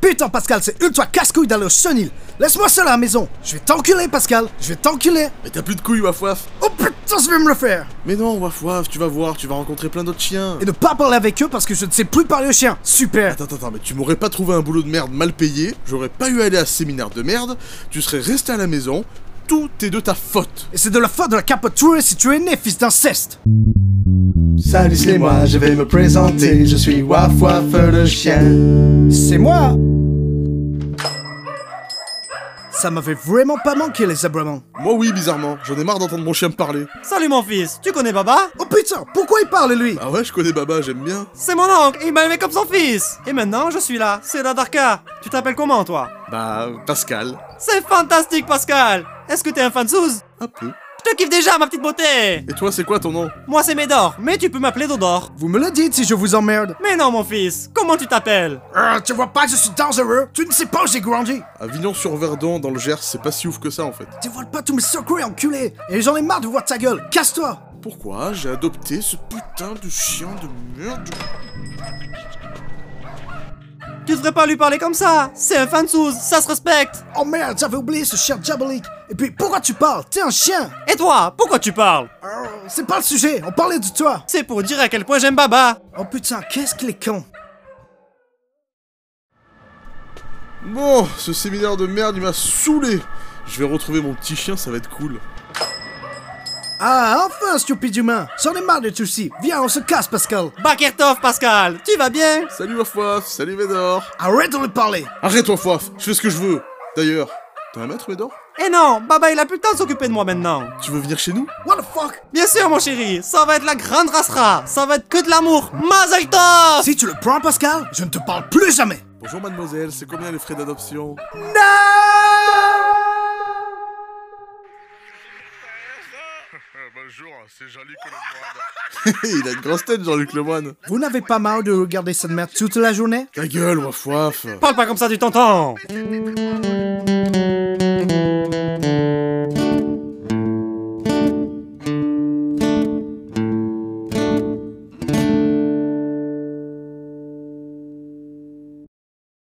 Putain, Pascal, c'est ultra casse-couille d'aller au chenil. Laisse-moi seul à la maison. Je vais t'enculer, Pascal. Je vais t'enculer. Mais t'as plus de couilles, Waf Waf Oh putain, je vais me le faire. Mais non, Waf Waf, tu vas voir, tu vas rencontrer plein d'autres chiens Et ne pas parler avec eux parce que je ne sais plus parler aux chiens. Super. Attends, attends, attends, mais tu m'aurais pas trouvé un boulot de merde mal payé, j'aurais pas eu à aller à ce séminaire de merde, tu serais resté à la maison, tout est de ta faute Et c'est de la faute de la capoture si tu es né, fils d'inceste. Salut, c'est moi, je vais me présenter. Je suis Waf Waf le chien. C'est moi Ça m'avait vraiment pas manqué les aboiements. Moi oui, bizarrement, j'en ai marre d'entendre mon chien me parler. Salut mon fils, tu connais Baba Oh putain, pourquoi il parle lui Ah ouais, je connais Baba, j'aime bien. C'est mon oncle, il m'a aimé comme son fils Et maintenant, je suis là, c'est la Darka Tu t'appelles comment toi Bah, Pascal, C'est fantastique Pascal Est-ce que t'es un fan de Zouz un peu. Je te kiffe déjà ma petite beauté Et toi, c'est quoi ton nom Moi c'est Médor, mais tu peux m'appeler Dodor Vous me le dites si je vous emmerde. Mais non mon fils, comment tu t'appelles Ah, tu vois pas que je suis dangereux Tu ne sais pas où j'ai grandi Avignon-sur-Verdon, dans le Gers, c'est pas si ouf que ça en fait. Tu vois pas tous mes secrets, enculé Et j'en ai marre de voir ta gueule Casse-toi Pourquoi j'ai adopté ce putain de chien de merde Tu devrais pas lui parler comme ça C'est un fan de Zouz, ça se respecte Oh merde, j'avais oublié ce chien diabolique Et puis, pourquoi tu parles T'es un chien Et toi, pourquoi tu parles Oh, C'est pas le sujet, on parlait de toi C'est pour dire à quel point j'aime Baba Oh putain, qu'est-ce qu'il est con Bon, ce séminaire de merde, il m'a saoulé Je vais retrouver mon petit chien, ça va être cool. Ah, enfin, stupide humain J'en ai marre de tout ci Viens, on se casse, Pascal Bakertov Pascal, tu vas bien Salut Waf Waf, salut Médor Arrête de le parler Arrête Waf Waf, je fais ce que je veux D'ailleurs, t'as un maître Médor Eh non, Baba il a plus le temps de s'occuper de moi maintenant Tu veux venir chez nous What the fuck Bien sûr, mon chéri, ça va être la grande rasra, ça va être que de l'amour. Mazel tov Si tu le prends, Pascal, je ne te parle plus jamais Bonjour mademoiselle, c'est combien les frais d'adoption Bonjour, c'est Jean-Luc Lemoine. Il a une grosse tête Jean-Luc Lemoine Vous n'avez pas marre de regarder cette merde toute la journée Ta gueule Waf Waf Parle pas comme ça, tu t'entends